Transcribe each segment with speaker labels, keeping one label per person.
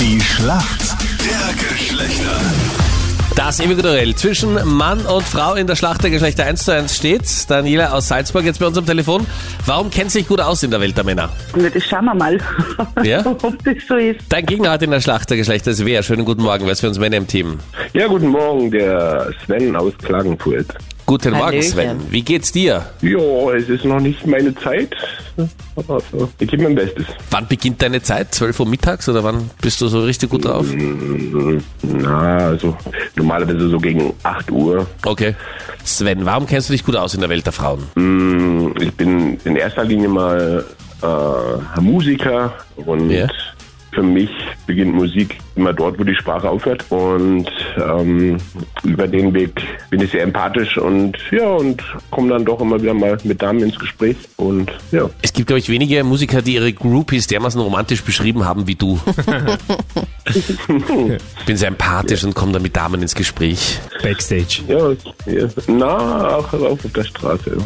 Speaker 1: Die Schlacht der Geschlechter.
Speaker 2: Das ewige Duell zwischen Mann und Frau in der Schlacht der Geschlechter 1 zu 1 steht. Daniela aus Salzburg jetzt bei uns am Telefon. Warum kennt sich gut aus in der Welt der Männer?
Speaker 3: Na, das schauen wir mal,
Speaker 2: Ja?
Speaker 3: ob das so ist.
Speaker 2: Dein Gegner hat in der Schlacht der Geschlechter ist wer? Schönen guten Morgen, wer ist für uns Männer im Team?
Speaker 4: Ja, guten Morgen, der Sven aus Klagenfurt.
Speaker 2: Guten Morgen,
Speaker 3: Hallöchen.
Speaker 2: Sven. Wie geht's dir?
Speaker 4: Ja, es ist noch nicht meine Zeit, aber ich gebe mein Bestes.
Speaker 2: Wann beginnt deine Zeit? 12 Uhr mittags oder wann bist du so richtig gut drauf?
Speaker 4: Na, also normalerweise so gegen 8 Uhr.
Speaker 2: Okay. Sven, warum kennst du dich gut aus in der Welt der Frauen?
Speaker 4: Hm, Ich bin in erster Linie mal äh, Musiker und
Speaker 2: Ja.
Speaker 4: für mich beginnt Musik immer dort, wo die Sprache aufhört. Und ähm, über den Weg bin ich sehr empathisch und ja, und komme dann doch immer wieder mal mit Damen ins Gespräch. Und ja.
Speaker 2: Es gibt, glaube ich, wenige Musiker, die ihre Groupies dermaßen romantisch beschrieben haben wie du. Ich bin sehr empathisch und komme da mit Damen ins Gespräch.
Speaker 5: Backstage.
Speaker 4: Ja, ja. na, auch, auch auf der Straße.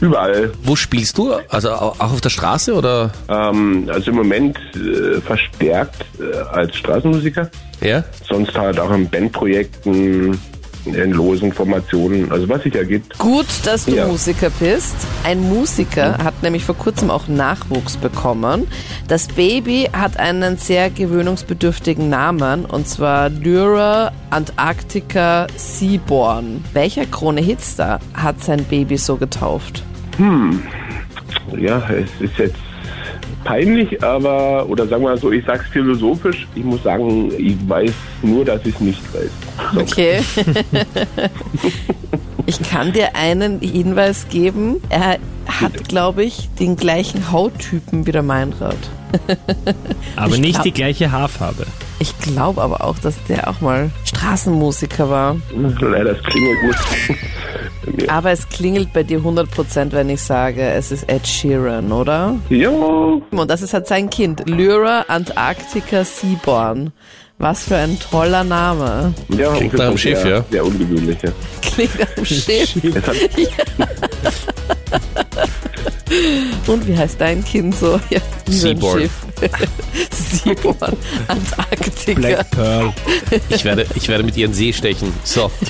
Speaker 4: Überall.
Speaker 2: Wo spielst du? Also au- auch auf der Straße oder?
Speaker 4: Ähm, also im Moment äh, verstärkt äh, als Straßenmusiker.
Speaker 2: Ja?
Speaker 4: Sonst halt auch in Bandprojekten, in losen Formationen, also was sich ergibt.
Speaker 6: Gut, dass du
Speaker 4: Ja.
Speaker 6: Musiker bist. Ein Musiker hat nämlich vor kurzem auch Nachwuchs bekommen. Das Baby hat einen sehr gewöhnungsbedürftigen Namen und zwar Lyra Antarctica Seaborn. Welcher Krone Hitstar hat sein Baby so getauft?
Speaker 4: Ja, es ist jetzt peinlich, aber, oder sagen wir mal so, ich sag's philosophisch, ich muss sagen, ich weiß nur, dass ich es nicht weiß.
Speaker 6: Okay. Ich kann dir einen Hinweis geben. Er hat, glaube ich, den gleichen Hauttypen wie der Meinrad.
Speaker 5: Aber
Speaker 6: Ich
Speaker 5: nicht
Speaker 6: glaub-
Speaker 5: die gleiche Haarfarbe.
Speaker 6: Ich glaube aber auch, dass der auch mal Straßenmusiker war.
Speaker 4: Leider, es klingelt gut.
Speaker 6: Aber es klingelt bei dir 100%, wenn ich sage, es ist Ed Sheeran, oder?
Speaker 4: Ja,
Speaker 6: Und das ist halt sein Kind, Lyra Antarctica Seaborn. Was für ein toller Name.
Speaker 4: ja
Speaker 2: Klingt
Speaker 4: das
Speaker 2: nach einem
Speaker 4: ist
Speaker 2: Schiff,
Speaker 4: sehr,
Speaker 2: ja.
Speaker 4: Sehr ungewöhnlich, ja.
Speaker 6: Klingt am Schiff.
Speaker 4: Es hat
Speaker 6: Und wie heißt dein Kind so? Ja, wie so ein
Speaker 2: Seaborn.
Speaker 6: Schiff. Seaborn, Antarktika.
Speaker 5: Black Pearl.
Speaker 2: Ich werde, ich werde mit ihren See stechen. So.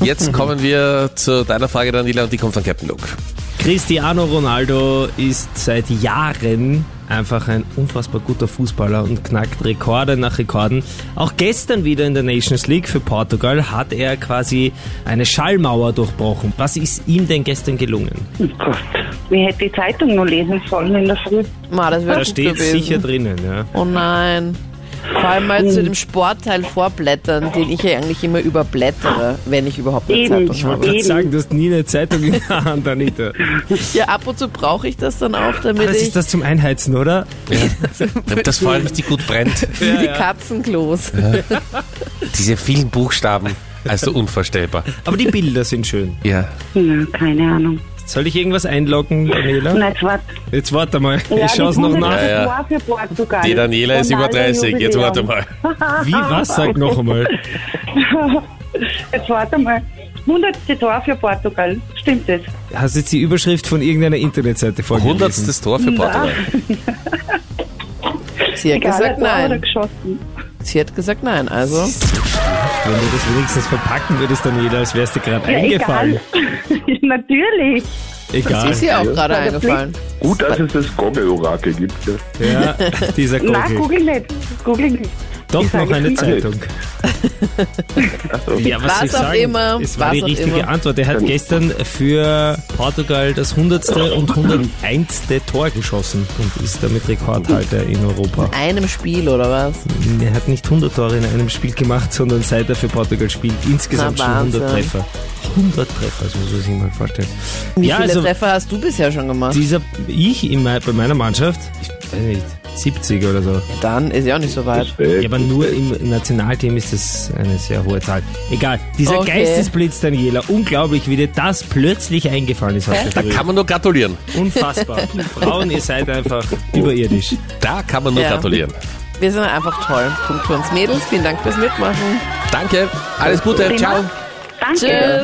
Speaker 2: Jetzt kommen wir zu deiner Frage, Daniela, und die kommt von Captain Luke.
Speaker 5: Cristiano Ronaldo ist seit Jahren einfach ein unfassbar guter Fußballer und knackt Rekorde nach Rekorden. Auch gestern wieder in der Nations League für Portugal hat er quasi eine Schallmauer durchbrochen. Was ist ihm denn gestern gelungen?
Speaker 3: Ich hätte die Zeitung nur lesen sollen in der Früh.
Speaker 6: Ma, das wäre
Speaker 5: Da
Speaker 6: gut
Speaker 5: steht
Speaker 6: gewesen.
Speaker 5: sicher Uh. drinnen, ja.
Speaker 6: Oh nein. Vor allem mal zu dem Sportteil vorblättern, den ich ja eigentlich immer überblättere, wenn ich überhaupt eine
Speaker 3: Eben.
Speaker 6: Zeitung habe.
Speaker 5: Ich wollte gerade sagen, du hast nie eine Zeitung in der Hand, Anita.
Speaker 6: Ja, ab und zu brauche ich das dann auch, damit
Speaker 5: Das
Speaker 6: ich
Speaker 5: ist das zum Einheizen, oder?
Speaker 2: Das vor allem richtig gut brennt.
Speaker 6: wie die Katzenklos.
Speaker 2: Diese vielen Buchstaben. Also unvorstellbar.
Speaker 5: Aber die Bilder sind schön.
Speaker 2: Ja.
Speaker 3: Na, keine Ahnung.
Speaker 5: Soll ich irgendwas einloggen, Daniela?
Speaker 3: Na, jetzt war,
Speaker 5: Jetzt warte mal,
Speaker 3: ja,
Speaker 5: ich schau's
Speaker 3: die
Speaker 5: noch
Speaker 3: Runde
Speaker 5: nach.
Speaker 2: Ja, ja.
Speaker 3: war für Portugal.
Speaker 2: Die Daniela ist über 30. Jetzt warte mal.
Speaker 5: Wie,
Speaker 6: Ah.
Speaker 5: was? Sag noch einmal.
Speaker 3: Jetzt warte mal. 100. Tor für Portugal. Stimmt das?
Speaker 5: Hast jetzt die Überschrift von irgendeiner Internetseite vorgelesen?
Speaker 2: Hundertstes Tor für Portugal.
Speaker 6: Sie hat
Speaker 3: Tor
Speaker 6: gesagt
Speaker 3: Oder
Speaker 6: nein.
Speaker 3: also geschossen.
Speaker 6: Sie hat gesagt nein, also.
Speaker 5: Wenn du das wenigstens verpacken würdest, Daniela, als wärst du gerade
Speaker 3: Ja,
Speaker 5: eingefallen.
Speaker 3: egal. Natürlich.
Speaker 5: Egal.
Speaker 6: Sie ist ihr auch gerade eingefallen.
Speaker 4: gut, dass es das Goggle-Orakel gibt. Ja.
Speaker 5: ja, dieser
Speaker 3: Na,
Speaker 5: Google.
Speaker 3: google nicht. Google nicht.
Speaker 5: Doch
Speaker 3: sag
Speaker 5: noch eine
Speaker 3: ich-
Speaker 5: Zeitung. Ja, was
Speaker 6: Was
Speaker 5: soll ich
Speaker 6: auch
Speaker 5: sagen?
Speaker 6: immer,
Speaker 5: Es war
Speaker 6: was
Speaker 5: die
Speaker 6: auch
Speaker 5: richtige
Speaker 6: immer.
Speaker 5: Antwort. Er hat gestern für Portugal das 100. und 101. Tor geschossen und ist damit Rekordhalter in Europa.
Speaker 6: Einem Spiel oder was?
Speaker 5: Er hat nicht 100 Tore in einem Spiel gemacht, sondern seit er für Portugal spielt, insgesamt
Speaker 6: Na,
Speaker 5: schon 100
Speaker 6: Wahnsinn.
Speaker 5: Treffer. 100 Treffer, so muss man sich mal vorstellen.
Speaker 6: Wie
Speaker 5: ja,
Speaker 6: viele
Speaker 5: also
Speaker 6: Treffer hast du bisher schon gemacht?
Speaker 5: dieser, ich in mei- bei meiner Mannschaft, ich weiß nicht, 70 oder so.
Speaker 6: Dann ist ja auch nicht so weit.
Speaker 5: Ja, aber nur im Nationalteam ist das eine sehr hohe Zahl. Egal, dieser
Speaker 6: Okay.
Speaker 5: Geistesblitz, Daniela, unglaublich, wie dir das plötzlich eingefallen ist. Heute
Speaker 2: Da
Speaker 5: früh.
Speaker 2: kann man nur gratulieren.
Speaker 5: Unfassbar. Frauen, ihr seid einfach überirdisch.
Speaker 2: Da kann man nur
Speaker 6: Ja.
Speaker 2: gratulieren.
Speaker 6: Wir sind einfach toll. Punkt für uns Mädels. Vielen Dank fürs Mitmachen.
Speaker 2: Danke, alles Gute, ciao.
Speaker 3: Danke.
Speaker 6: Tschüss.